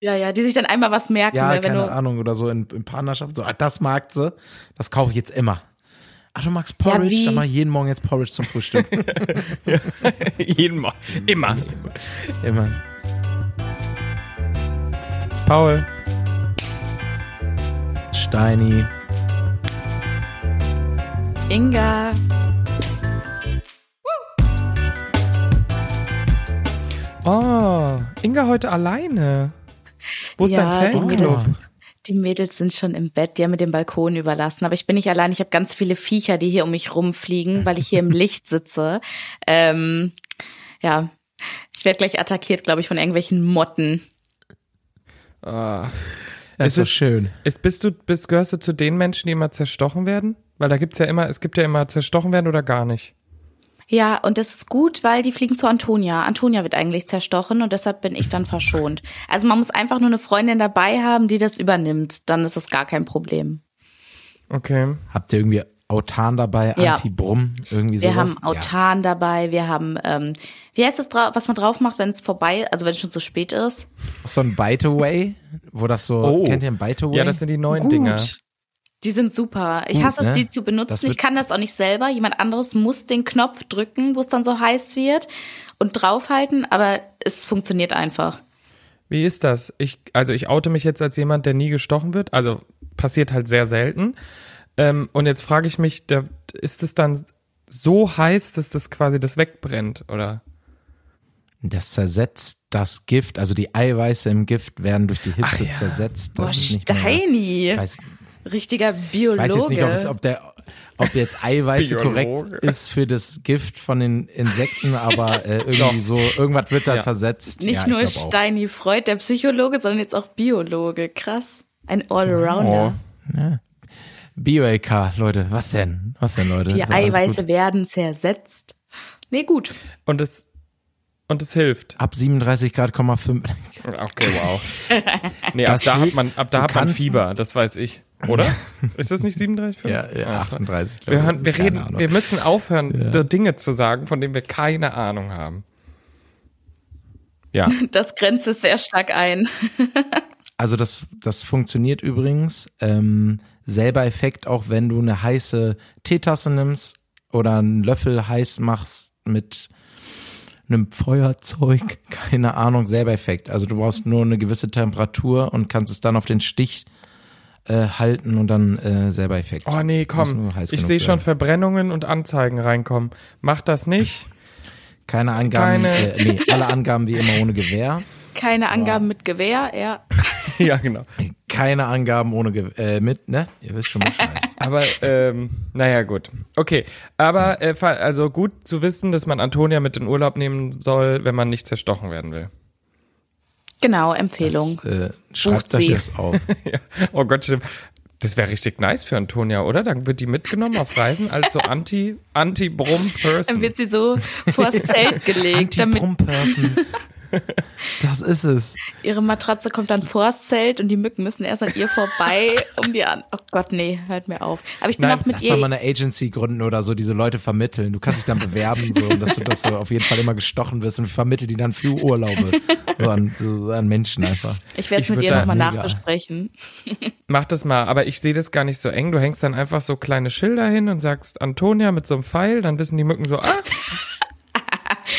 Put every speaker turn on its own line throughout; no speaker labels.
Ja, ja, die sich dann einmal was merken.
Ja,
weil wenn
keine
du,
Ahnung, oder so in, in Partnerschaft. So, ah, das mag sie, das kaufe ich jetzt immer. Ach, du magst Porridge?
wie-
Dann mach ich jeden Morgen jetzt Porridge zum Frühstück.
Jeden Mal. Immer.
immer. Paul. Steini.
Inga.
Oh, Inga heute alleine. Wo ist
Ja,
dein
die
Oh.
Fanclub?
Mädels. Die Mädels sind schon im Bett, die haben mir den Balkon überlassen. Aber ich bin nicht allein. Ich habe ganz viele Viecher, die hier um mich rumfliegen, weil ich hier im Licht sitze. Ähm, ja, ich werde gleich attackiert, glaube ich, von irgendwelchen Motten.
Ah.
Das
Es
ist so
ist-
schön.
Ist, bist du, bist, gehörst du zu den Menschen, die immer zerstochen werden? Weil da gibt's ja immer, es gibt ja immer zerstochen werden oder gar nicht.
Ja, und das ist gut, weil die fliegen zu Antonia. Antonia wird eigentlich zerstochen und deshalb bin ich dann verschont. Also man muss einfach nur eine Freundin dabei haben, die das übernimmt. Dann ist das gar kein Problem.
Okay.
Habt ihr irgendwie Autan dabei?
Ja.
Anti-Brumm? Irgendwie
Wir
sowas?
haben Autan dabei, wir haben, ähm, wie heißt das, dra- was man drauf macht, wenn es vorbei, also wenn es schon zu spät ist?
Ja. So ein Bite-Away, wo das so,
Oh.
kennt ihr ein Bite-Away?
Ja, das sind die neuen Dinger.
Die sind super. Ich
Gut,
hasse es,
ne?
die zu
Das
benutzen.
wird-
Ich kann das auch nicht selber. Jemand anderes muss den Knopf drücken, wo es dann so heiß wird und draufhalten, aber es funktioniert einfach.
Wie ist das? Ich, also ich oute mich jetzt als jemand, der nie gestochen wird. Also passiert halt sehr selten. Ähm, und jetzt frage ich mich, da, ist es dann so heiß, dass das quasi das wegbrennt, oder?
Das zersetzt das Gift, also die Eiweiße im Gift werden durch die Hitze
ja.
zersetzt. Das
Boah,
ist nicht mehr-
Steini.
Ich weiß,
Richtiger
ich weiß
Biologe.
jetzt nicht, ob, es, ob, der, ob jetzt Eiweiße korrekt
Biologe.
ist für das Gift von den Insekten, aber äh, irgendwie so, irgendwas wird da
Ja.
versetzt.
nicht
ja,
nur
ich glaub auch.
Steini Freud, der Psychologe, sondern jetzt auch Biologe. Krass. Ein
Oh.
Allrounder.
BioLK, Leute, was denn? Was denn, Leute?
Die
Ist doch Also alles
Eiweiße
gut.
werden zersetzt. Nee, gut.
Und es, und es hilft.
Ab 37 Grad, 5.
Okay, wow. Nee,
Das
ab da hat
hilft.
man, ab da
Du
hat man
kannst-
Fieber, das weiß ich. Oder? Ist das nicht 37,5?
Ja, ja, 38, glaube
Wir,
ich.
hören, wir,
Keine
reden,
Ahnung.
wir müssen aufhören, so Dinge zu sagen, von denen wir keine Ahnung haben. Ja,
Das grenzt es sehr stark ein.
Also das, das funktioniert übrigens. Ähm, selber Effekt, auch wenn du eine heiße Teetasse nimmst oder einen Löffel heiß machst mit einem Feuerzeug, keine Ahnung, selber Effekt. Also du brauchst nur eine gewisse Temperatur und kannst es dann auf den Stich äh, halten und dann äh, selber Effekt.
oh nee,
Muss
komm.
nur heiß
Ich
genug
sehe schon
sein.
Verbrennungen und Anzeigen reinkommen. Mach das nicht.
Keine Angaben,
Keine-
Äh, nee, alle Angaben wie immer ohne Gewehr.
Keine Angaben mit Gewehr, ja.
ja, genau.
Keine Angaben ohne Gewehr, äh, mit, ne? Ihr wisst schon Bescheid.
Aber ähm, naja, gut. Okay, aber äh, fa- also gut zu wissen, dass man Antonia mit in Urlaub nehmen soll, wenn man nicht zerstochen werden will.
Genau, Empfehlung.
Das, äh,
Bucht
schreibt
sie.
euch das auf.
Oh Gott, stimmt. das wäre richtig nice für Antonia, oder? Dann wird die mitgenommen auf Reisen als so anti anti brum
Dann
person
wird sie so vors Zelt gelegt, damit
Anti-Prom-Person. Das ist es.
ihre Matratze kommt dann vors Zelt und die Mücken müssen erst an ihr vorbei, um die an. Oh Gott, nee, hört mir auf. Aber ich bin
Nein,
auch Genau, mit E.
Lass doch mal
ihr.
eine Agency gründen oder so, diese Leute vermitteln. Du kannst dich dann bewerben, so, und dass du, dass du auf jeden Fall immer gestochen wirst und vermittel die dann für Urlaube. So an, so an Menschen einfach.
Ich werde es
ich
mit
würd
ihr
da
nochmal
mega-
nachbesprechen.
Mach das mal, aber ich sehe das gar nicht so eng. Du hängst dann einfach so kleine Schilder hin und sagst Antonia mit so einem Pfeil, dann wissen die Mücken so, ah,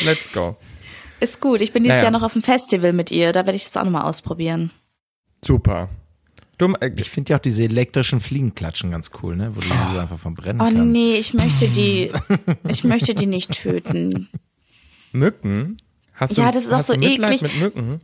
let's go.
Ist gut, ich bin dieses
Naja.
Jahr noch auf dem Festival mit ihr, da werde ich das auch nochmal ausprobieren.
Super. Dumm, äh,
Ich finde ja auch diese elektrischen Fliegenklatschen ganz cool, ne? Wo du die so einfach verbrennen
Oh
kannst.
nee, ich möchte die. Ich möchte die nicht töten.
Mücken? Hast du,
Ja, das ist auch
hast
so
du Mitleid
eklig.
mit Mücken?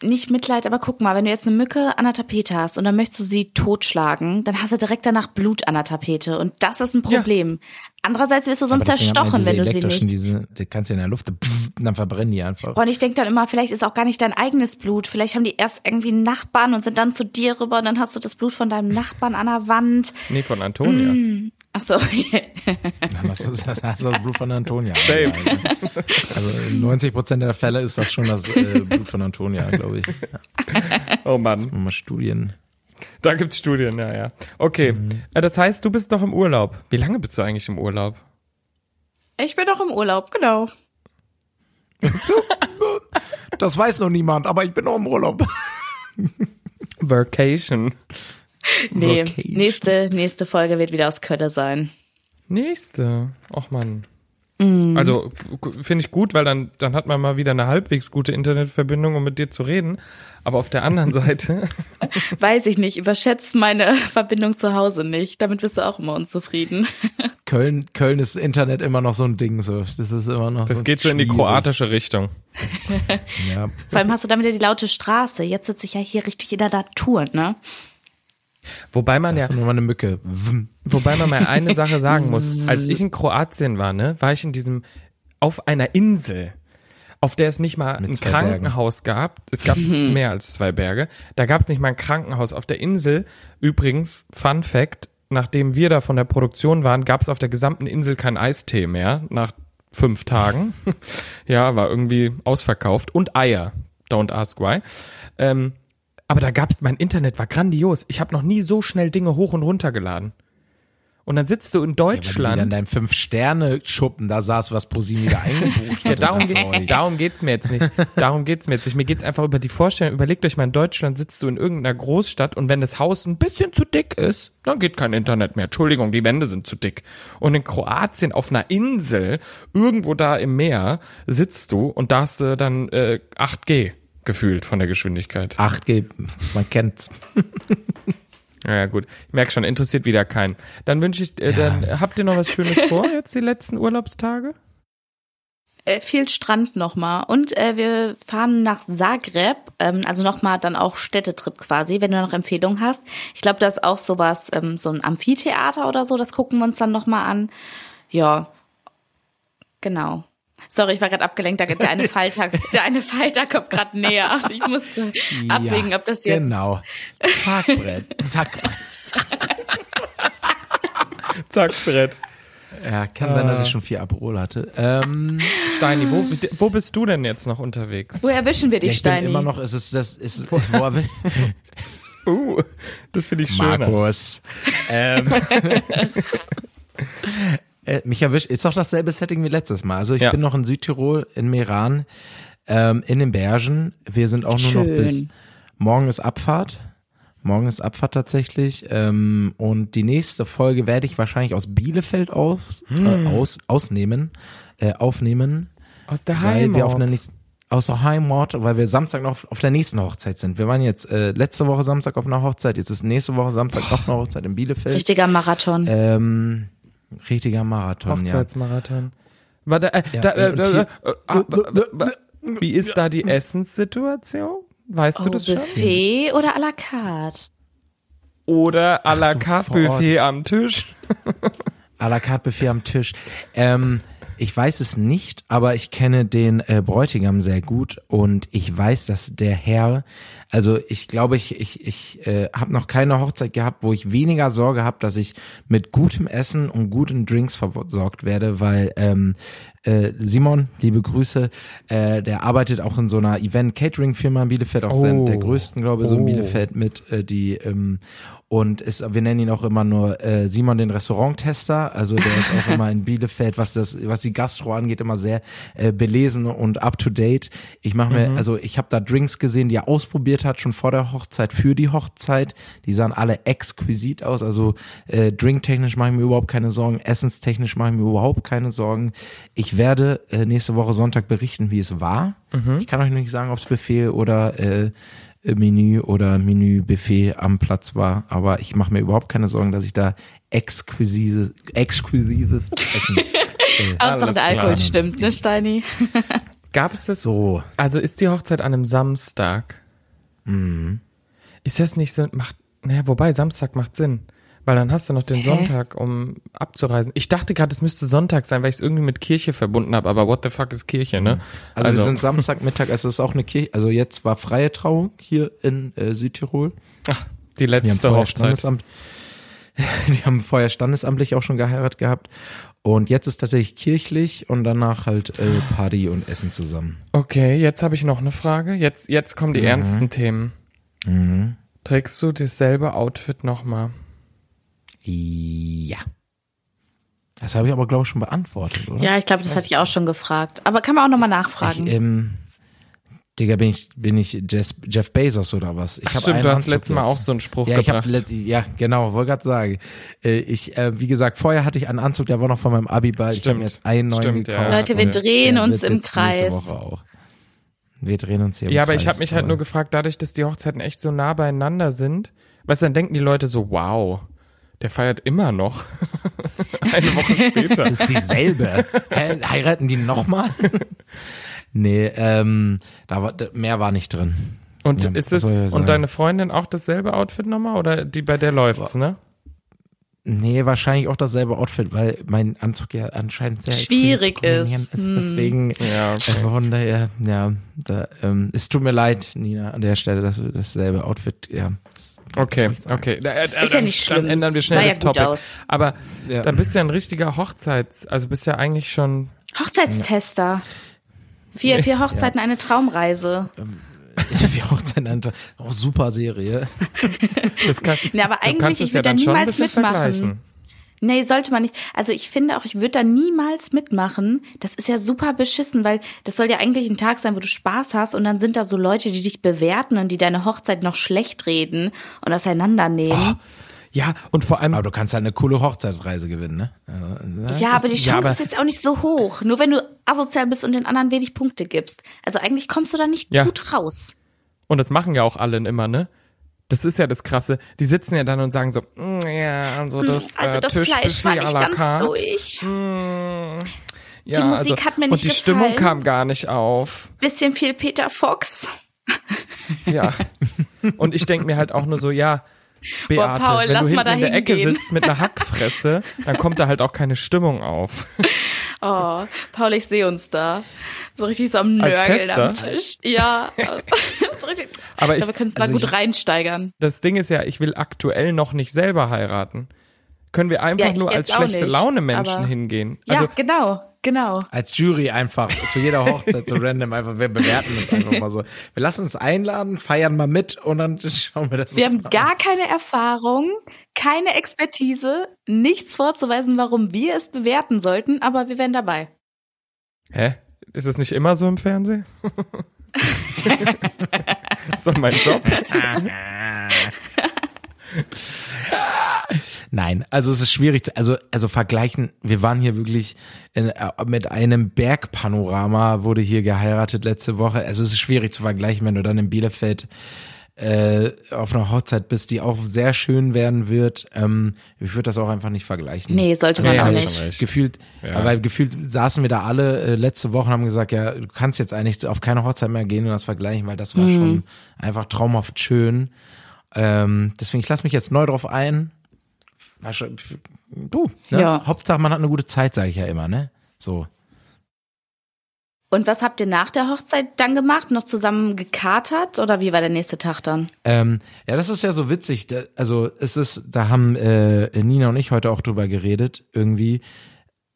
Nicht Mitleid, aber guck mal, wenn du jetzt eine Mücke an der Tapete hast und dann möchtest du sie totschlagen, dann hast du direkt danach Blut an der Tapete und das ist ein Problem. Andererseits wirst du
Aber
sonst
deswegen hat man
zerstochen,
diese
wenn du sie
elektrischen,
nicht.
Diese, die kannst du in der Luft, pff, und dann verbrennen die einfach.
Und ich denke dann immer, vielleicht ist auch gar nicht dein eigenes Blut. Vielleicht haben die erst irgendwie einen Nachbarn und sind dann zu dir rüber und dann hast du das Blut von deinem Nachbarn an der Wand.
Nee, von Antonia.
Achso,
Dann hast du das, hast du das Blut von Antonia.
Safe.
Also in 90 Prozent der Fälle ist das schon das äh, Blut von Antonia, glaube ich.
Oh Mann,
Mal Studien.
da gibt's Studien, ja, ja. Okay, äh, das heißt, du bist noch im Urlaub. Wie lange bist du eigentlich im Urlaub?
ich bin doch im Urlaub, genau.
Das weiß noch niemand, aber ich bin auch im Urlaub.
Vacation.
Nee,
Vacation.
nächste, nächste Folge wird wieder aus Ködde sein.
Nächste. Och Mann.
Mm.
Also gu- finde ich gut, weil dann, dann hat man mal wieder eine halbwegs gute Internetverbindung, um mit dir zu reden. Aber auf der anderen Seite,
Weiß ich nicht, überschätzt meine Verbindung zu Hause nicht. Damit bist du auch immer unzufrieden.
Köln, Köln ist Internet immer noch so ein Ding. So. Das ist immer noch
das
so
geht so in die
schwierig.
kroatische Richtung.
Ja.
Vor allem hast du dann wieder die laute Straße. Jetzt sitze ich ja hier richtig in der Natur, ne?
Wobei man
Das
ja,
ist nochmal eine Mücke. Wum.
wobei man mal eine Sache sagen muss. Als ich in Kroatien war, ne, war ich in diesem, auf einer Insel, auf der es nicht mal
Mit
ein
zwei
Krankenhaus gab. Es gab mehr als zwei Berge. Da gab es nicht mal ein Krankenhaus. Auf der Insel, übrigens, Fun Fact, nachdem wir da von der Produktion waren, gab es auf der gesamten Insel kein Eistee mehr. Nach fünf Tagen. ja, war irgendwie ausverkauft. Und Eier. Don't ask why. Ähm, aber da gab's, mein Internet war grandios. Ich habe noch nie so schnell Dinge hoch und runter geladen. Und dann sitzt du in
Wenn du
Deutschland.
in deinem Fünf-Sterne-Schuppen da saß, was ProSieben wieder eingebucht
Ja,
hat.
darum,
oder vor
ge-
euch.
darum geht's mir jetzt nicht. Darum geht's mir jetzt nicht. Mir geht's einfach über die Vorstellung. Überlegt euch mal, in Deutschland sitzt du in irgendeiner Großstadt und wenn das Haus ein bisschen zu dick ist, dann geht kein Internet mehr. Entschuldigung, die Wände sind zu dick. Und in Kroatien auf einer Insel, irgendwo da im Meer, sitzt du und da hast du dann äh, 8G gefühlt von der Geschwindigkeit.
8G, man kennt's.
Ja, ja, gut. Ich merke schon, interessiert wieder keinen. Dann wünsche ich, äh, dann habt ihr noch was Schönes vor jetzt die letzten Urlaubstage?
Äh, viel Strand nochmal. Und äh, wir fahren nach Zagreb, ähm, also nochmal dann auch Städtetrip quasi, wenn du noch Empfehlungen hast. Ich glaube, da ist auch sowas, ähm, so ein Amphitheater oder so, das gucken wir uns dann nochmal an. Ja, genau. Sorry, ich war gerade abgelenkt, da geht der eine Falltag, der eine Falltag kommt gerade näher. Ich musste abwägen, ob das jetzt.
Genau. Zackbrett. Zackbrett.
Zack, Brett.
Ja, kann sein, dass ich schon viel Aperol hatte. Ähm,
Steini, wo, wo bist du denn jetzt noch unterwegs?
Wo erwischen wir dich,
ja, ich
Steini?
bin immer noch, es ist, das ist, ist wo er will.
Uh, das finde ich
Markus. ähm, äh, mich erwischt, ist doch dasselbe Setting wie letztes Mal. Also ich
Ja.
bin noch in Südtirol, in Meran, ähm, in den Bergen. Wir sind auch nur noch
Schön.
bis, morgen ist Abfahrt. Morgen ist Abfahrt tatsächlich. Ähm, und die nächste Folge werde ich wahrscheinlich aus Bielefeld aus, äh, aus, ausnehmen, äh, aufnehmen.
Aus der
Weil wir auf einer
Heimat.
nächsten, aus der Heimat, weil wir Samstag noch auf der nächsten Hochzeit sind. Wir waren jetzt äh, letzte Woche Samstag auf einer Hochzeit, jetzt ist nächste Woche Samstag noch eine Hochzeit in Bielefeld.
Richtiger Marathon.
Ähm, richtiger Marathon,
Hochzeitsmarathon. Warte, äh, da, äh,
und-
da,
und
äh,
hier-
äh, ah, w- w- wie ist da die Essenssituation? Weißt
oh,
du das schon?
Buffet oder à la carte?
Oder à la
so,
carte
vor Ort.
Buffet am Tisch?
ja. A la carte Buffet am Tisch. Ähm, ich weiß es nicht, aber ich kenne den äh, Bräutigam sehr gut und ich weiß, dass der Herr, also ich glaube, ich, ich, ich äh, habe noch keine Hochzeit gehabt, wo ich weniger Sorge habe, dass ich mit gutem Essen und guten Drinks versorgt werde, weil ähm, äh, Simon, liebe Grüße, äh, der arbeitet auch in so einer Event-Catering-Firma in Bielefeld, auch sein, der
Oh.
größten, glaube ich, so in
Oh.
Bielefeld mit, äh, die ähm, und ist, wir nennen ihn auch immer nur äh, Simon den Restauranttester, also der ist auch immer in Bielefeld, was das, was die Gastro angeht, immer sehr äh, belesen und up to date. Ich mache mir, also ich habe da Drinks gesehen, die er ausprobiert hat, schon vor der Hochzeit, für die Hochzeit. Die sahen alle exquisit aus, also äh, drinktechnisch mache ich mir überhaupt keine Sorgen, essenstechnisch mache ich mir überhaupt keine Sorgen. Ich werde äh, nächste Woche Sonntag berichten, wie es war. Ich kann euch nicht sagen, ob es Befehl oder äh, Menü oder Menübuffet am Platz war, aber ich mache mir überhaupt keine Sorgen, dass ich da exquisites, exquisites Essen.
Hauptsache
Alles
der Alkohol
klar.
stimmt, ne, Steini?
Gab es das
So,
Also ist die Hochzeit an einem Samstag?
Mhm.
Ist das nicht so, macht, naja, wobei, Samstag macht Sinn. Weil dann hast du noch den Sonntag, um abzureisen. Ich dachte gerade, es müsste Sonntag sein, weil ich es irgendwie mit Kirche verbunden habe, aber what the fuck ist Kirche, ne?
also, wir sind Samstagmittag, also es ist auch eine Kirche, also jetzt war freie Trauung hier in äh, Südtirol.
ach, die
Die haben,
letzte
vorher
Hochzeit.
Standesamt, die haben vorher standesamtlich auch schon geheiratet gehabt und jetzt ist tatsächlich kirchlich und danach halt äh, Party und Essen zusammen.
Okay, jetzt habe ich noch eine Frage. Jetzt, jetzt kommen
Mhm.
die ernsten Themen. Trägst du dasselbe Outfit nochmal?
Ja. Das habe ich aber, glaube ich, schon beantwortet, oder?
Ja, ich glaube, das hatte ich auch schon gefragt. Aber kann man auch nochmal nachfragen.
Ich, ähm, Digga, bin ich, bin ich Jeff, Jeff Bezos oder was? Ich
Ach,
hab
stimmt,
einen
du hast
Anzug
letztes Mal
jetzt.
auch so einen Spruch
Ja, ich hab
gebracht.
let, ja, genau, wollte gerade sagen. Äh, Ich, äh, wie gesagt, vorher hatte ich einen Anzug, der war noch von meinem Abiball. Ich habe
Stimmt.
mir jetzt einen neuen
Stimmt, ja.
gekauft.
Leute, wir
Und der
drehen
wird
uns im
jetzt nächste
Kreis.
Woche auch. Wir drehen uns hier im
ja, aber
Kreis,
ich habe mich halt
aber-
nur gefragt, dadurch, dass die Hochzeiten echt so nah beieinander sind, weißt du, dann denken die Leute so, wow, der feiert immer noch. Eine Woche später.
Das ist dieselbe. Hä, heiraten die nochmal? nee, ähm, da war, da- mehr war nicht drin.
Und
Ja,
ist
was
es,
soll ich
und
sagen?
deine Freundin auch dasselbe Outfit nochmal oder die bei der läuft's, ne?
Nee, wahrscheinlich auch dasselbe Outfit, weil mein Anzug ja anscheinend sehr
Schwierig
extrem
ist.
zu
Hm.
kombinieren Deswegen,
Ja,
äh, von daher, ja, da, ähm, es tut mir leid, Nina, an der Stelle, dass du dasselbe Outfit, ja. das-
Okay,
was soll ich sagen?
okay. Da, äh,
Ist ja nicht
dann
schlimm.
ändern wir schnell
Sah ja
das
gut
Topic.
aus.
Aber
Ja.
dann bist du ja ein richtiger Hochzeits, also bist ja eigentlich schon
Hochzeitstester. Vier, vier Hochzeiten, eine Traumreise.
Wie auch seine auch super Serie.
das kann,
Nee, aber
du
eigentlich,
kannst es
ich würd da
dann schon ein
niemals
bisschen
mitmachen.
vergleichen.
Nee, sollte man nicht. Also ich finde auch, ich würde da niemals mitmachen. Das ist ja super beschissen, weil das soll ja eigentlich ein Tag sein, wo du Spaß hast und dann sind da so Leute, die dich bewerten und die deine Hochzeit noch schlecht reden und
Oh,
auseinandernehmen.
Ja, und vor allem
Aber du kannst halt eine coole Hochzeitsreise gewinnen, ne? Also,
ja, aber die
ja,
Chance
aber-
ist jetzt auch nicht so hoch. Nur wenn du asozial bist und den anderen wenig Punkte gibst. Also eigentlich kommst du da nicht
Ja.
gut raus.
Und das machen ja auch alle immer, ne? Das ist ja das Krasse. Die sitzen ja dann und sagen so, "Mm, ja, also das,
Also
äh,
das
Tischbuffet
Fleisch war
à
nicht
la
ganz
carte.
durch.
Ja,
Musik
also,
hat mir
Und
nicht
die Stimmung
gefallen.
kam gar nicht auf.
Bisschen viel Peter Fox.
Ja. und ich denk mir halt auch nur so, ja, Beate,
Paul,
wenn
lass mal
du hinten in der
dahin
Ecke
gehen.
sitzt mit einer Hackfresse, dann kommt da halt auch keine Stimmung auf.
Oh, Paul, ich sehe uns da. So richtig so am Nörgeln am
Tester?
Tisch. Ja. so richtig.
Aber ich-
glaube, wir können es mal
also
gut
ich-
reinsteigern.
Das Ding ist ja, ich will aktuell noch nicht selber heiraten. Können wir einfach
Ja, ich
nur als
jetzt auch
schlechte
nicht,
Laune Menschen
aber-
hingehen?
Ja,
Also
genau, genau.
als Jury einfach zu jeder Hochzeit so random einfach, wir bewerten uns einfach mal so. Wir lassen uns einladen, feiern mal mit und dann schauen wir das
Wir
uns
haben
mal
gar keine Erfahrung, keine Expertise, nichts vorzuweisen, warum wir es bewerten sollten, aber wir wären dabei.
Hä? Ist es nicht immer so im Fernsehen? ist doch mein Job.
Nein, also es ist schwierig, zu, also, also vergleichen, wir waren hier wirklich in, äh, mit einem Bergpanorama, wurde hier geheiratet letzte Woche. Also es ist schwierig zu vergleichen, wenn du dann in Bielefeld äh, auf einer Hochzeit bist, die auch sehr schön werden wird. Ähm, ich würde das auch einfach nicht vergleichen.
Nee, sollte man
Hm. Nee,
auch
hast
nicht.
schon recht.
Gefühlt,
Ja.
weil gefühlt saßen wir da alle äh, letzte Woche und haben gesagt, ja, du kannst jetzt eigentlich auf keine Hochzeit mehr gehen und das vergleichen, weil das war schon einfach traumhaft schön. Ähm, deswegen, ich lasse mich jetzt neu drauf ein. War schon- f- Du, ne?
Ja.
Hauptsache, man hat eine gute Zeit, sage ich ja immer, ne? So.
Und was habt ihr nach der Hochzeit dann gemacht? Noch zusammen gekatert oder wie war der nächste Tag dann?
Ähm, ja, das ist ja so witzig. Da, also es ist, da haben äh, Nina und ich heute auch drüber geredet, irgendwie.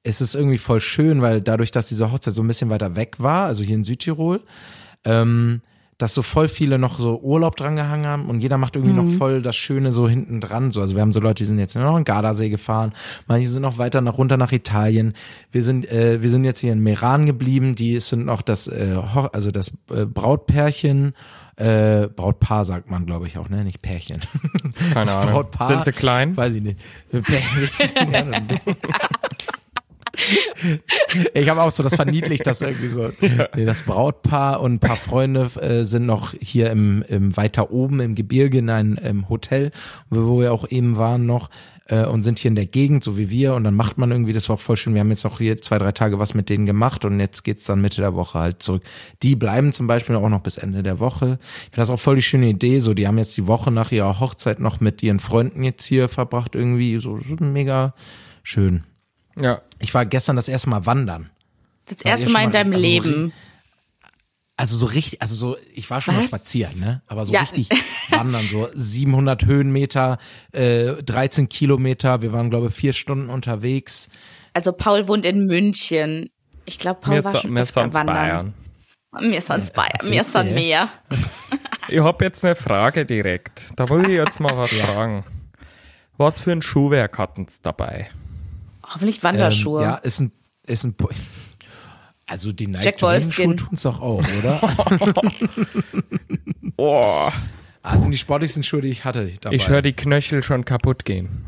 Es ist irgendwie voll schön, weil dadurch, dass diese Hochzeit so ein bisschen weiter weg war, also hier in Südtirol, ähm, dass so voll viele noch so Urlaub dran gehangen haben und jeder macht irgendwie noch voll das Schöne so hinten dran. So, also wir haben so Leute, die sind jetzt noch in Gardasee gefahren, manche sind noch weiter nach runter nach Italien. Wir sind, äh, wir sind jetzt hier in Meran geblieben, die sind noch das, äh, Ho- also das äh, Brautpärchen, äh, Brautpaar sagt man, glaube ich auch, ne? Nicht Pärchen.
Keine
Das
Ahnung.
Brautpaar.
Sind sie klein?
Weiß ich nicht. Ich habe auch so das verniedlicht, das irgendwie so. Nee, das Brautpaar und ein paar Freunde äh, sind noch hier im, im weiter oben im Gebirge in einem ähm, Hotel, wo wir auch eben waren noch äh, und sind hier in der Gegend, so wie wir. Und dann macht man irgendwie, das war voll schön. Wir haben jetzt noch hier zwei, drei Tage was mit denen gemacht und jetzt geht's dann Mitte der Woche halt zurück. Die bleiben zum Beispiel auch noch bis Ende der Woche. Ich finde das auch voll die schöne Idee. So, die haben jetzt die Woche nach ihrer Hochzeit noch mit ihren Freunden jetzt hier verbracht irgendwie. So, so mega schön.
Ja.
Ich war gestern das erste Mal wandern.
Das
War
erste
ihr
Mal in
schon mal
deinem
richtig- also so
Leben.
Also so richtig, also so, ich war schon mal
Was?
spazieren, ne? Aber so
Ja.
richtig wandern, so 700 Höhenmeter, äh, 13 Kilometer. Wir waren, glaube ich, vier Stunden unterwegs.
Also Paul wohnt in München. Ich glaube, Paul
Mir,
war
so,
schon
mir
öfter
sonst
wandern.
Bayern.
Mir ist
Äh,
ans Bayern, mir ist an
okay.
Meer.
Ich habe jetzt eine Frage direkt. Da will ich jetzt mal was fragen. Was für ein Schuhwerk hatten's dabei?
Hoffentlich
Ähm,
Wanderschuhe.
ja, ist ein, ist ein, Po- Also die Nike
Jack
Schuhe
Wolfskin.
tun es doch auch, oder?
Oh,
ah, das sind die sportlichsten Schuhe, die ich hatte dabei.
ich höre die Knöchel schon kaputt gehen.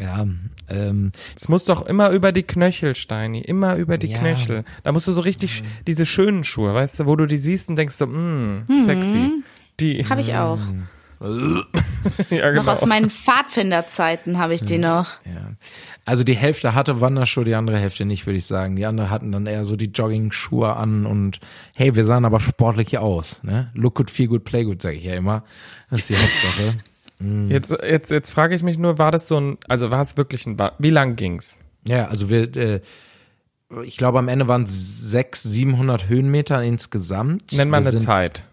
Ja, ähm,
Es muss doch immer über die Knöchel, Steini, immer über die
Ja.
Knöchel. Da musst du so
Mhm.
richtig sch- diese schönen Schuhe, weißt du, wo du die siehst und denkst so, mh, sexy. Die
Habe Mhm.
Mm,
ich auch.
ja, genau.
Noch aus meinen Pfadfinderzeiten habe ich die noch.
Mm. ja. Also die Hälfte hatte Wanderschuhe, die andere Hälfte nicht, würde ich sagen. Die andere hatten dann eher so die Jogging-Schuhe an und hey, wir sahen aber sportlich aus. Ne? Look good, feel good, play good, sage ich ja immer. Das ist die Hauptsache.
Hm.
Jetzt, jetzt, jetzt frage ich mich nur, war das so ein, also war es wirklich ein, Wa- wie lang ging's?
Ja, also wir, äh, ich glaube am Ende waren es sechs, 700 Höhenmeter insgesamt.
Nenn mal
Wir
eine
sind
Zeit.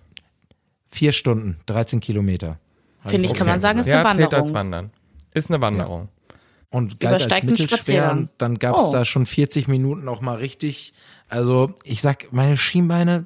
Vier Stunden, 13 Kilometer.
Finde ich, kann man sagen, ist
ja,
eine
zählt als
Wanderung.
Wanderung. Ist eine Wanderung.
Und galt als
Übersteigt einen
mittelschwer.
Spaziergang.
Und dann gab's
Oh.
da schon 40 Minuten auch mal richtig. Also ich sag, meine Schienbeine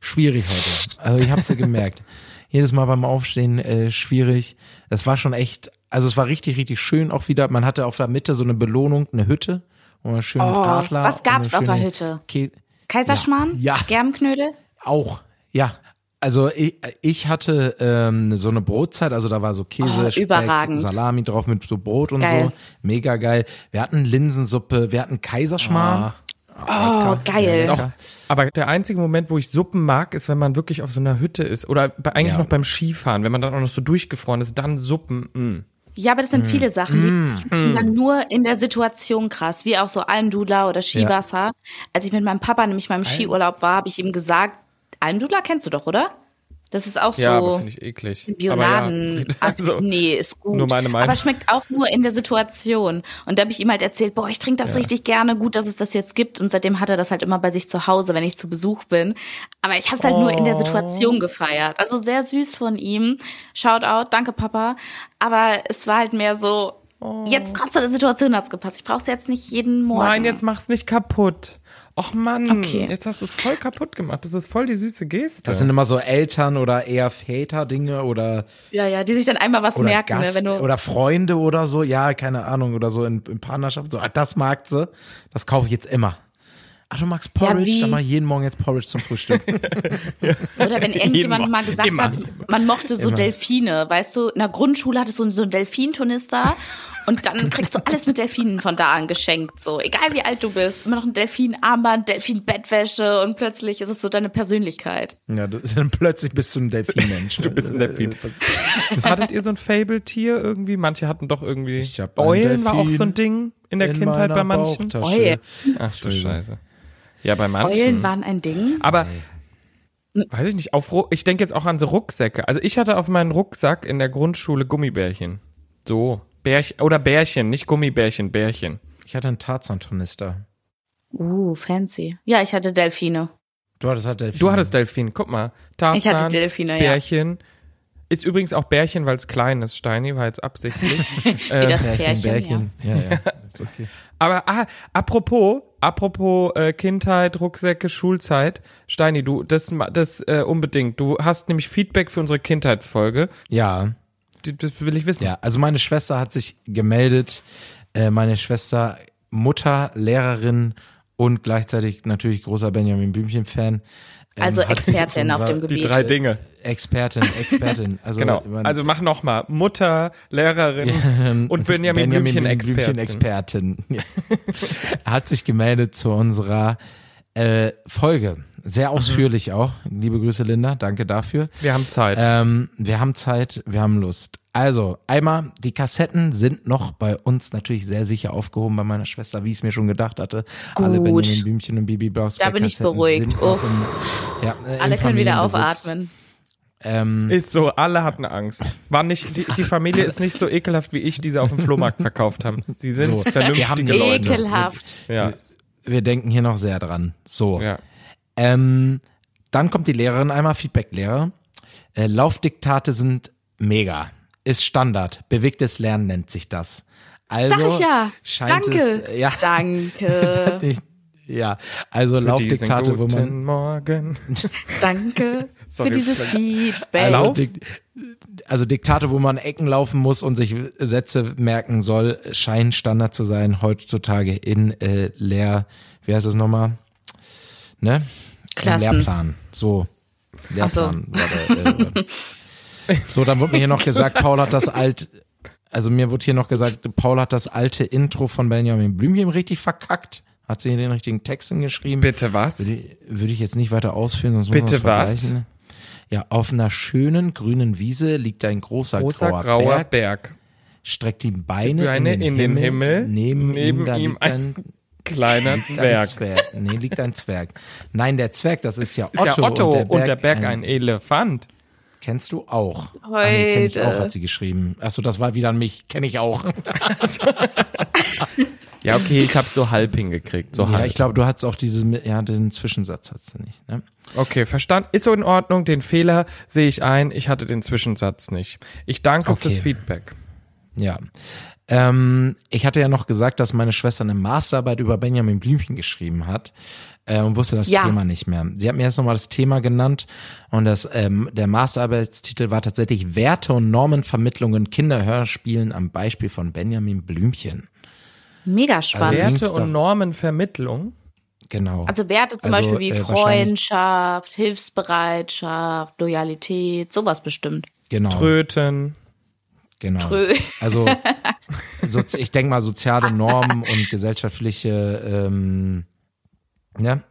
schwierig heute. Also ich habe sie gemerkt. Jedes Mal beim Aufstehen äh, schwierig. Das war schon echt. Also es war richtig, richtig schön auch wieder. Man hatte auf der Mitte so eine Belohnung, eine Hütte. Und einen schönen
Oh,
Adler.
was
und eine
gab's auf der
schöne
Hütte?
Kä
Kaiserschmarrn?
Ja.
Germknödel?
auch, ja. Also ich, ich hatte ähm, so eine Brotzeit, also da war so Käse,
Oh,
Speck,
überragend.
Salami drauf mit so Brot und
Geil.
so. Mega geil. Wir hatten Linsensuppe, wir hatten
Ah.
Kaiserschmarrn.
Oh, geil.
Ist auch, aber der einzige Moment, wo ich Suppen mag, ist, wenn man wirklich auf so einer Hütte ist. Oder bei, eigentlich
Ja.
noch beim Skifahren, wenn man dann auch noch so durchgefroren ist, dann Suppen. Hm. Mh.
Ja, aber das
Mm.
sind viele Sachen,
Mm.
die sind dann nur in der Situation krass, wie auch so Almdudler oder Skiwasser. Als ich mit meinem Papa nämlich mal im Skiurlaub war, habe ich ihm gesagt, Almdudler kennst du doch, oder? Das ist auch
Ja, aber
so
finde ich eklig. Aber ja,
Bioladen.
also,
nee, ist gut.
nur meine Meinung.
Aber schmeckt auch nur in der Situation. Und da habe ich ihm halt erzählt, boah, ich trinke das richtig gerne, gut, dass es das jetzt gibt. Und seitdem hat er das halt immer bei sich zu Hause, wenn ich zu Besuch bin. Aber ich habe es halt nur in der
Oh.
Situation gefeiert. Also sehr süß von ihm. Shoutout, danke Papa. Aber es war halt mehr so, jetzt gerade zu der Situation hat's gepasst. Ich brauch's jetzt nicht jeden Morgen.
Oh. Nein, jetzt mach's nicht kaputt. Och Mann,
Okay.
jetzt hast du es voll kaputt gemacht. Das ist voll die süße Geste.
Das sind immer so Eltern oder eher Väter-Dinge oder,
Ja, ja, die sich dann einmal was
oder
merken, ne,
Gast
wenn du.
oder Freunde oder so. Ja, keine Ahnung. Oder so in, in Partnerschaft. So, ah, das mag sie. Das kaufe ich jetzt immer. Ach, du magst Porridge?
wie-
Dann mach ich jeden Morgen jetzt Porridge zum Frühstück.
Oder wenn irgendjemand
Immer.
mal gesagt
Immer.
hat, man mochte so
Immer.
Delfine, weißt du, in der Grundschule hattest du so einen Delfintonister und dann kriegst du alles mit Delfinen von da an geschenkt, so egal wie alt du bist, immer noch ein Delfinarmband, Delfinbettwäsche und plötzlich ist es so deine Persönlichkeit.
ja, du, dann plötzlich bist du ein Delfinmensch.
Du bist ein Delfin. Äh, Hattet ihr so ein Fable-Tier irgendwie? Manche hatten doch irgendwie.
Ich hab einen
Eulen war auch
Delfin
so ein Ding in der
in
Kindheit
meiner
bei manchen.
Bauchtasche.
Eule.
Ach du Scheiße. Ja, bei manchen.
Eulen waren ein Ding.
Aber weiß ich nicht, auf Ru- ich denke jetzt auch an so Rucksäcke. Also ich hatte auf meinen Rucksack in der Grundschule Gummibärchen. So, Bärchen oder Bärchen, nicht Gummibärchen, Bärchen.
Ich hatte einen Tarzan-Tornister.
Uh, fancy. Ja, ich hatte Delfine.
Du hattest halt Delfin.
Du hattest Delfin, guck mal. Tarzan,
Ich hatte Delfine, ja.
Bärchen. Ist übrigens auch Bärchen, weil es klein ist, Steini, war jetzt absichtlich.
Wie das Pärchen.
Bärchen. Ja, ja. Ist okay.
Aber ah, apropos, apropos äh, Kindheit, Rucksäcke, Schulzeit, Steini, du, das, ma- das äh, unbedingt. Du hast nämlich Feedback für unsere Kindheitsfolge.
ja,
Die- Das will ich wissen.
ja. Also meine Schwester hat sich gemeldet. Äh, meine Schwester, Mutter, Lehrerin und gleichzeitig natürlich großer Benjamin Blümchen-Fan. ähm,
Ja. Also
hat sich zu
Expertin auf
unserer-
dem
Die
Gebiet.
drei Dinge.
Expertin, Expertin. Also,
Genau.
man- ähm,
Also mach noch mal Mutter, Lehrerin und Benjamin, Blümchen, Expertin.
Blümchen-Expertin. Ja. Hat sich gemeldet zu unserer äh, Folge. Sehr ausführlich auch. Liebe Grüße, Linda. Danke dafür.
Mhm. Wir haben Zeit.
Ähm, wir haben Zeit, wir haben Lust. Also, einmal, die Kassetten sind noch bei uns natürlich sehr sicher aufgehoben bei meiner Schwester, wie ich es mir schon gedacht hatte. Alle
Gut.
Benjamin Blümchen und Bibi Blocksberg
Da bin ich
Kassetten
beruhigt.
sind noch
Uff.
im- ja, äh, im
Alle können wieder
Familienbesitz.
aufatmen.
ist so, alle hatten Angst. War nicht, die, die Familie ist nicht so ekelhaft, wie ich diese auf dem Flohmarkt verkauft haben. Sie sind
So. Wir haben
vernünftige
die
Leute.
Ekel.
Ekelhaft.
Ja,
Wir denken hier noch sehr dran. So.
ja.
Ähm, dann kommt die Lehrerin einmal, Feedback-Lehrer. Äh, Laufdiktate sind mega. Ist Standard. Bewegtes Lernen nennt sich das. Also
Sag ich ja.
scheint
Danke.
es. Ja,
Danke.
Ich- ja, also
Diesen
Laufdiktate, wo man.
Guten Morgen.
Danke
Sorry,
für dieses
vielleicht-
Feedback.
Lauf?
Also, Dik also Diktate, wo man Ecken laufen muss und sich Sätze merken soll, scheinen Standard zu sein heutzutage in äh, Lehr, wie heißt das nochmal? ne?
Klassen.
Im Lehrplan. So. Lehrplan. Warte, äh, äh. so, dann wurde mir hier noch gesagt, Paul hat das alt, also mir wurde hier noch gesagt, Paul hat das alte Intro von Benjamin Blümchen richtig verkackt. Hat sie hier den richtigen Text hingeschrieben.
Bitte was?
Würde, ich- würde ich jetzt nicht weiter ausführen, sonst
Bitte
muss man das
was?
vergleichen. Ja, auf einer schönen grünen Wiese liegt ein großer,
Großer
grauer,
grauer
Berg,
Berg.
streckt die Beine,
Beine
in, den, Himmel, Neben, ihm, da liegt ein,
kleiner
liegt Ein
Zwerg.
Zwerg. Nee, liegt ein Zwerg. Nein, der Zwerg, das ist ja Otto.
Ist ja Otto
und der Berg, E-
ein, Elefant.
Kennst du auch? Ah, nee, kenn ich
Heute.
auch, hat sie geschrieben. Achso, das war wieder an mich. Kenne ich auch.
Ja, okay, ich habe so halb hingekriegt. So
Ja,
halb.
ich glaube, du hattest auch diese, ja, den Zwischensatz hattest du nicht. Ne?
okay, verstanden. Ist so in Ordnung. Den Fehler sehe ich ein. Ich hatte den Zwischensatz nicht. Ich danke
Okay.
fürs Feedback.
Ja. Ähm, ich hatte ja noch gesagt, dass meine Schwester eine Masterarbeit über Benjamin Blümchen geschrieben hat äh, und wusste das
Ja.
Thema nicht mehr. Sie hat mir jetzt nochmal das Thema genannt und das, ähm, der Masterarbeitstitel war tatsächlich Werte und Normenvermittlung in Kinderhörspielen am Beispiel von Benjamin Blümchen.
Mega spannend.
Wer-
Also,
Werte
ging's
und
da-
Normenvermittlung.
Genau.
Werte zum
Also,
Beispiel wie
äh, wahrscheinlich-
Freundschaft, Hilfsbereitschaft, Loyalität, sowas bestimmt.
genau.
Tröten.
Genau.
Trö.
Also sozi- ich denke mal soziale Normen und gesellschaftliche ähm, ne? ja,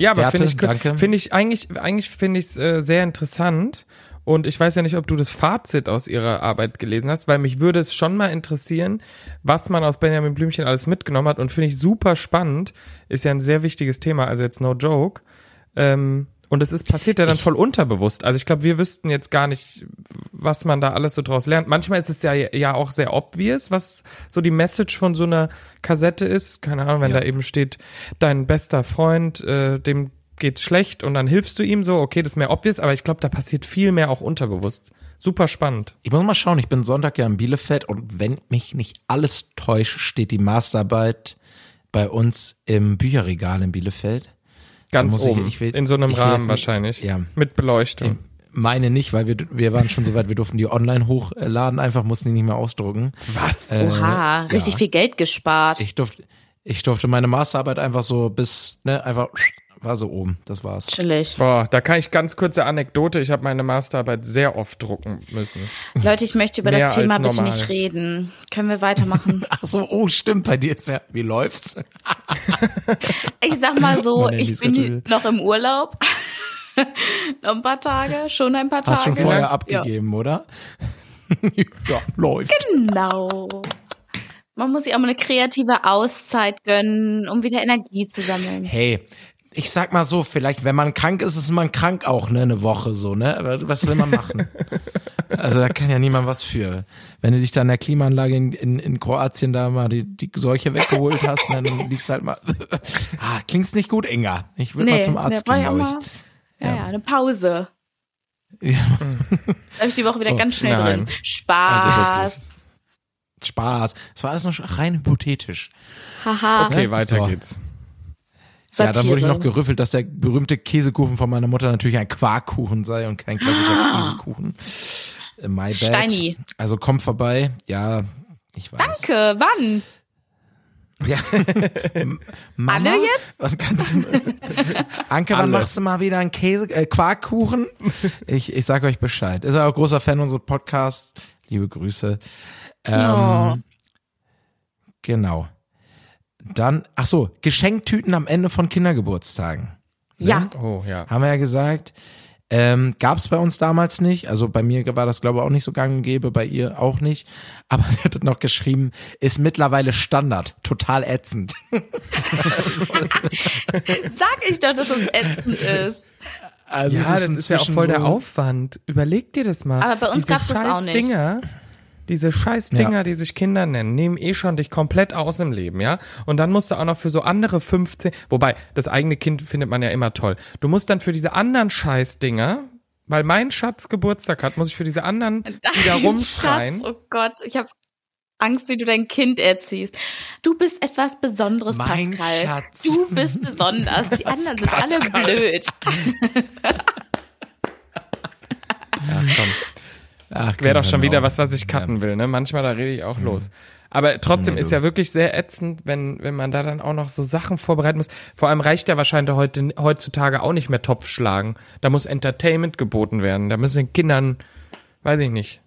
Ja, aber
Werte,
finde ich,
danke.
finde ich eigentlich, eigentlich finde ich es äh, sehr interessant. Und ich weiß ja nicht, ob du das Fazit aus ihrer Arbeit gelesen hast, weil mich würde es schon mal interessieren, was man aus Benjamin Blümchen alles mitgenommen hat. Und finde ich super spannend. Ist ja ein sehr wichtiges Thema, also jetzt no joke. Ähm, und es ist passiert ja dann voll unterbewusst. Also ich glaube, wir wüssten jetzt gar nicht, was man da alles so draus lernt. Manchmal ist es ja, ja auch sehr obvious, was so die Message von so einer Kassette ist. Keine Ahnung, wenn
Ja.
da eben steht, dein bester Freund, äh, dem geht's schlecht und dann hilfst du ihm so. Okay, das ist mehr obvious, aber ich glaube, da passiert viel mehr auch unterbewusst. Super spannend.
Ich muss mal schauen, ich bin Sonntag ja in Bielefeld und wenn mich nicht alles täuscht, steht die Masterarbeit bei uns im Bücherregal in Bielefeld.
Ganz
muss ich-
oben.
ich will-
in so einem
ich will jetzt
Rahmen
nicht-
wahrscheinlich.
Ja.
Mit Beleuchtung.
Meine nicht, weil wir, wir waren schon so weit, wir durften die online hochladen, einfach mussten die nicht mehr ausdrucken.
Was?
Oha, richtig viel Geld gespart.
Äh, Ich durfte, ich durfte meine Masterarbeit einfach so bis, ne, einfach war so oben, das war's.
Chillig.
Boah, da kann ich ganz kurze Anekdote. Ich habe meine Masterarbeit sehr oft drucken müssen.
Leute, ich möchte über
Mehr
das Thema
als
bitte
normal.
nicht reden. Können wir weitermachen?
Ach so, oh, stimmt, bei dir ist ja, wie läuft's?
Ich sag mal so,
Meine
ich
Handys
bin
getötet.
noch im Urlaub. noch ein paar Tage, schon ein paar Tage.
Hast schon vorher
Ja.
abgegeben, oder? ja, läuft.
Genau. Man muss sich auch mal eine kreative Auszeit gönnen, um wieder Energie zu sammeln.
Hey, ich sag mal so, vielleicht, wenn man krank ist, ist man krank auch, ne, eine Woche so, ne? Aber was will man machen? also da kann ja niemand was für. Wenn du dich da in der Klimaanlage in, in, in Kroatien da mal die, die Seuche weggeholt hast, ne, dann liegst halt mal. ah, klingt's nicht gut, Inga. Ich will mal zum Arzt
ne, war
gehen,
ja
glaube
mal-
ich.
Ja, ja, eine Pause. Da habe ich die Woche wieder
So,
ganz schnell
nein.
drin. Spaß.
Spaß. Es war alles nur rein hypothetisch.
Haha.
Okay, weiter
So.
geht's.
Also Ja, dann wurde ich
Satire.
noch gerüffelt, dass der berühmte Käsekuchen von meiner Mutter natürlich ein Quarkkuchen sei und kein klassischer Käsekuchen. Äh, My bad.
Ah. Steini.
Also komm vorbei. Ja, ich weiß.
Danke, wann?
Ja. M- Mama,
Alle
Wann kannst du, Anke, wann
Alle.
machst du mal wieder einen Käse, äh, Quarkkuchen? Ich, ich sag euch Bescheid. Ist er auch großer Fan unseres Podcasts. Liebe Grüße. Ähm,
Oh.
Genau. Dann, ach so, Geschenktüten am Ende von Kindergeburtstagen.
Ja,
Oh ja.
haben wir ja gesagt. Ähm, Gab es bei uns damals nicht. Also bei mir war das, glaube ich, auch nicht so gang und gäbe, bei ihr auch nicht. Aber sie hat noch geschrieben, ist mittlerweile Standard. Total ätzend.
sag ich doch, dass es ätzend ist.
Also
Ja,
es
das ist ja auch
inzwischen
voll der
wohl-
Aufwand. Überleg dir das mal.
Aber bei uns
Diese
gab's das auch
scheiß
nicht.
Dinger, diese scheiß Dinger,
Ja.
die sich Kinder nennen, nehmen eh schon dich komplett aus im Leben, ja? Und dann musst du auch noch für so andere 15, wobei das eigene Kind findet man ja immer toll. Du musst dann für diese anderen scheiß Dinger, weil mein Schatz Geburtstag hat, muss ich für diese anderen wieder
Dein
rumschreien.
Schatz, oh Gott, ich habe Angst, wie du dein Kind erziehst. Du bist etwas Besonderes,
Mein
Pascal.
Schatz.
Du bist besonders. Die anderen sind alle blöd.
Ja, komm.
Ach,
Wäre doch
können
schon
wir
wieder
auch.
was, was ich cutten will, ne? Manchmal, da rede ich auch los. Aber trotzdem
Nee,
ist
du-
ja wirklich sehr ätzend, wenn, wenn man da dann auch noch so Sachen vorbereiten muss. Vor allem reicht ja wahrscheinlich heute, heutzutage auch nicht mehr Topf schlagen. Da muss Entertainment geboten werden. Da müssen den Kindern, weiß ich nicht.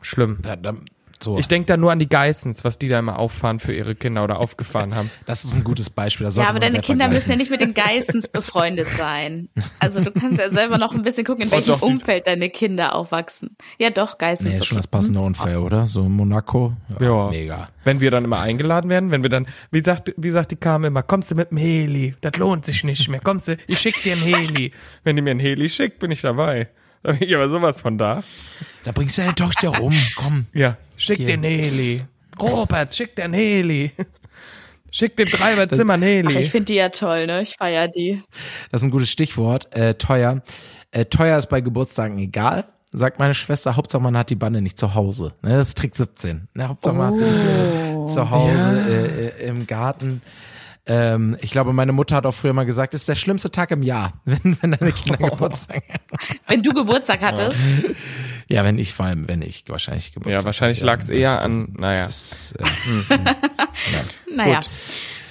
Schlimm.
Da, da, so.
Ich denke da nur an die Geissens, was die da immer auffahren für ihre Kinder oder aufgefahren haben.
das ist ein gutes Beispiel. Da
Ja,
sollte
aber
man
deine
sehr
Kinder müssen ja
vergleichen.
nicht mit den Geistens befreundet sein. Also du kannst ja selber noch ein bisschen gucken,
Oh,
in welchem
doch, die-
Umfeld deine Kinder aufwachsen. Ja, doch, Geistens.
Nee, ist schon
okay.
das passende Unfall, oder? So Monaco.
Ja.
Mega.
Wenn wir dann immer eingeladen werden, wenn wir dann, wie sagt, wie sagt die Carmen immer, kommst du mit dem Heli? Das lohnt sich nicht mehr. Kommst du, ich schick dir einen Heli. Wenn die mir einen Heli schickt, bin ich dabei. Da bin ich aber sowas von da.
Da bringst du deine Tochter rum. Komm.
Ja. Schick
Hier.
den Heli. Robert, schick den Heli. Schick dem Treiber Zimmer einen
Ach, ich
Heli.
finde die ja toll, ne? Ich feier die.
Das ist ein gutes Stichwort. Äh, teuer. Äh, teuer ist bei Geburtstagen egal, sagt meine Schwester. Hauptsache man hat die Bande nicht zu Hause. Ne, das ist Trick 17. Ne, Hauptsache man hat sie nicht äh, zu Hause äh, äh, im Garten. Ähm, ich glaube, meine Mutter hat auch früher mal gesagt, es ist der schlimmste Tag im Jahr, wenn, wenn deine Kinder Geburtstag haben.
Wenn du Geburtstag hattest,
Ja, wenn ich, vor allem, wenn ich wahrscheinlich Geburtstag
Ja, wahrscheinlich
hatte.
lag es eher an, naja.
Das, äh,
naja.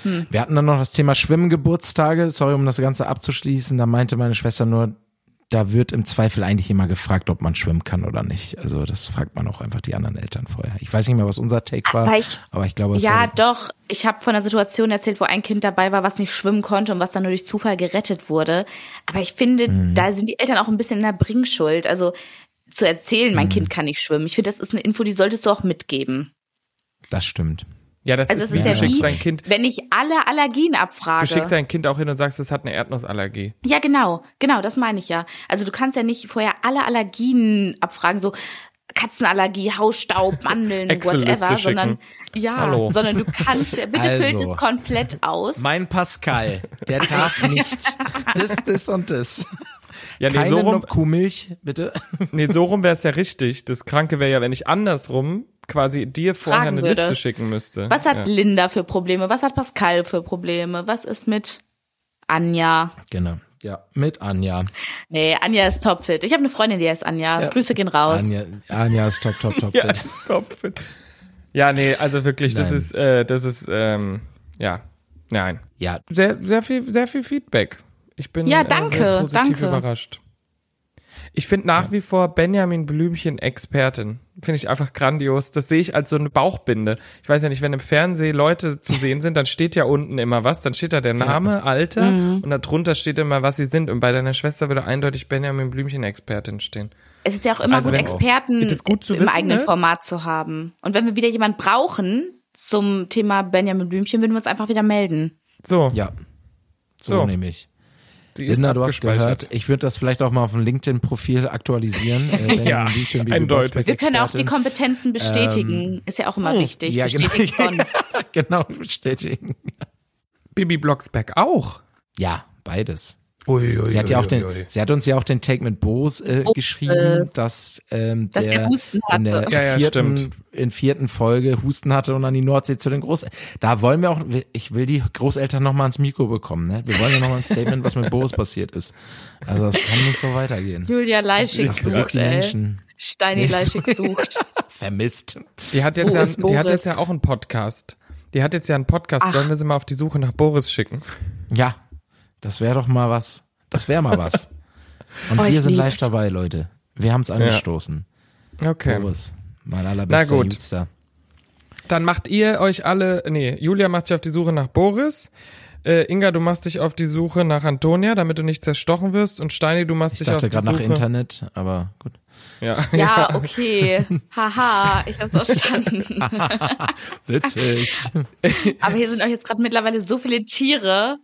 Gut.
Wir hatten dann noch das Thema Schwimmgeburtstage. Sorry, um das Ganze abzuschließen. Da meinte meine Schwester nur, da wird im Zweifel eigentlich immer gefragt, ob man schwimmen kann oder nicht. Also das fragt man auch einfach die anderen Eltern vorher. Ich weiß nicht mehr, was unser Take war,
Aber ich-
aber ich glaube, es
Ja,
war
doch. Ich habe von einer Situation erzählt, wo ein Kind dabei war, was nicht schwimmen konnte und was dann nur durch Zufall gerettet wurde. Aber ich finde,
Mhm.
da sind die Eltern auch ein bisschen in der Bringschuld. Also zu erzählen,
Mhm.
mein Kind kann nicht schwimmen. Ich finde, das ist eine Info, die solltest du auch mitgeben.
das stimmt.
Ja, das
Also
ist
es
wie,
ist
du
ja
schickst
wie,
dein Kind,
wenn ich alle Allergien abfrage.
du schickst dein Kind auch hin und sagst, es hat eine Erdnussallergie.
Ja, genau, genau, das meine ich ja. Also du kannst ja nicht vorher alle Allergien abfragen, so Katzenallergie, Hausstaub, Mandeln,
Excel-Liste
whatever,
schicken.
sondern ja,
Hallo.
sondern du kannst ja, bitte füllt
Also.
es komplett aus.
Mein Pascal, der darf nicht das, das und das.
Ja, nee,
Keine
so rum,
Kuhmilch, bitte.
Nee, so rum wäre es ja richtig. Das Kranke wäre ja, wenn ich andersrum quasi dir vorher
Fragen
eine
würde.
Liste schicken müsste.
Was hat
ja.
Linda für Probleme? Was hat Pascal für Probleme? Was ist mit Anja?
Genau. Ja, mit Anja.
Nee, Anja ist topfit. Ich habe eine Freundin, die heißt Anja. Grüße gehen raus.
Anja, Anja ist top, top, top.
Ja,
fit.
stopp. ja, nee, also wirklich, das
Nein.
ist, äh, das ist, ähm, ja, nein.
ja,
Sehr, sehr viel, sehr viel Feedback. Ich bin
Ja,
äh,
danke,
sehr positiv
danke.
überrascht. Ich finde nach wie vor Benjamin Blümchen Expertin. Finde ich einfach grandios. Das sehe ich als so eine Bauchbinde. Ich weiß ja nicht, wenn im Fernsehen Leute zu sehen sind, dann steht ja unten immer was. Dann steht da der Name, Alter
Mhm.
und darunter steht immer, was sie sind. Und bei deiner Schwester würde eindeutig Benjamin Blümchen Expertin stehen.
Es ist ja auch immer
Also
gut,
wenn-
Experten
Ist es gut zu
im
wissen,
eigenen
ne?
Format zu haben. Und wenn wir wieder jemanden brauchen zum Thema Benjamin Blümchen, würden wir uns einfach wieder melden.
So,
ja. So,
So.
nämlich.
die ist
Linda, du hast
abgespeichert.
gehört. Ich würde das vielleicht auch mal auf dem LinkedIn-Profil aktualisieren. Äh, wenn
Ja,
du LinkedIn
eindeutig.
Wir können auch die Kompetenzen
Ähm,
bestätigen. ist ja auch
oh,
immer wichtig.
ja, genau.
Bestätigt von.
genau bestätigen.
Bibi Blocksberg auch.
Ja, beides.
Ui, ui,
Sie hat, ja auch den, sie hat uns ja auch den Take mit Bose äh, geschrieben, dass, ähm,
Dass der Husten
in der
hatte.
Ja, ja,
vierten,
stimmt.
in vierten Folge Husten hatte und an die Nordsee zu den Großeltern. Da wollen wir auch, ich will die Großeltern nochmal ans Mikro bekommen. Ne? Wir wollen ja nochmal ein Statement, was mit Bose passiert ist. Also das kann nicht so weitergehen.
Julia Leischig
Das bewegt
sucht,
die
ey.
Menschen.
Steini
Nicht so.
Leischig sucht.
Vermisst.
Die hat jetzt,
Wo
ja,
ist
die hat
Boris?
jetzt ja auch einen Podcast. Die hat jetzt ja einen Podcast.
Ach.
Sollen wir sie mal auf die Suche nach Boris schicken?
Ja, das wäre doch mal was. Das wäre mal was. Und
Oh,
wir
ich
sind live
lieb's.
dabei, Leute. Wir haben's angestoßen.
Okay.
Boris, mein allerbester
Na gut.
Jüngster.
Dann macht ihr euch alle, nee, Julia macht sich auf die Suche nach Boris. Äh, Inga, du machst dich auf die Suche nach Antonia, damit du nicht zerstochen wirst. Und Steini, du machst
Ich
dich
dachte
auf die
gerade nach
Suche.
Internet, aber gut.
ja.
Ja, okay. Haha, ich hab's verstanden.
Ah.
Witzig.
Aber hier sind auch jetzt gerade mittlerweile so viele Tiere.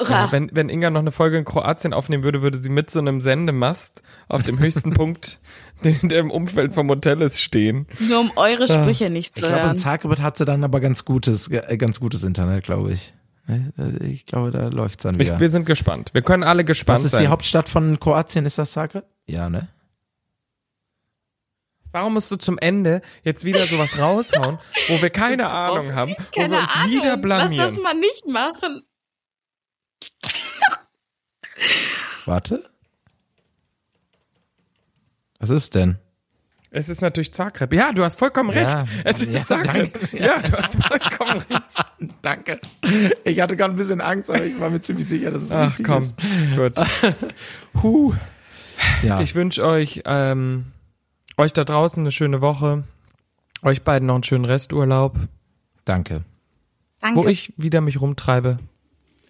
Uah.
Ja, wenn, wenn Inga noch eine Folge in Kroatien aufnehmen würde, würde sie mit so einem Sendemast auf dem höchsten Punkt, der, der im Umfeld vom Hotel ist, stehen.
Nur um
Ah,
eure Sprüche nicht
Ich
zu
glaube, in
hören.
Zagreb hat sie dann aber ganz gutes, äh, ganz gutes Internet, glaube ich. Ne? Äh, Ich glaube, da läuft's dann
Ich,
wieder.
Wir sind gespannt. Wir können alle gespannt
Was ist
sein.
die Hauptstadt von Kroatien? Ist das Zagreb? Ja, ne?
Warum musst du zum Ende jetzt wieder sowas raushauen, wo wir keine Ahnung haben, wo
Keine
wir uns
Ahnung.
wieder
Lass
blamieren?
das mal nicht machen.
Warte. Was ist denn?
Es ist natürlich Zagreb. Ja, du hast vollkommen
Ja.
recht. Es ist
Ja,
Zagreb.
danke.
Ja, du hast vollkommen recht.
Danke. Ich hatte gerade ein bisschen Angst, aber ich war mir ziemlich sicher, dass es
Ach
richtig
komm,
ist.
gut. Huh.
Ja.
Ich wünsche euch, ähm, euch da draußen eine schöne Woche. Euch beiden noch einen schönen Resturlaub.
Danke.
Danke.
Wo ich wieder mich rumtreibe,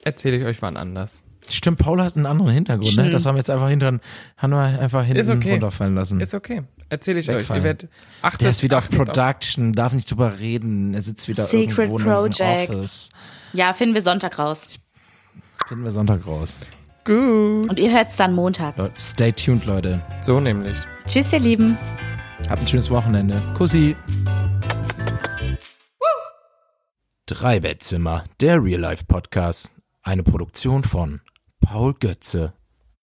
erzähle ich euch wann anders.
Stimmt, Paul hat einen anderen Hintergrund, ne? Das haben wir jetzt einfach hinten, haben wir einfach hinten
Ist okay.
runterfallen lassen.
Ist okay. Erzähle ich euch.
Wegfallen.
Ihr werdet achtet,
Der ist wieder auf
achtet
Production, darf nicht drüber reden. Er sitzt wieder
Secret
irgendwo in einem
Project.
Office.
ja, finden wir Sonntag raus.
Finden wir Sonntag raus.
Gut.
Und ihr hört es dann Montag.
Leute, stay tuned, Leute.
So nämlich.
Tschüss, ihr Lieben.
Habt ein schönes Wochenende. Kussi. Drei Bettzimmer, der Real Life Podcast. Eine Produktion von Paul Götze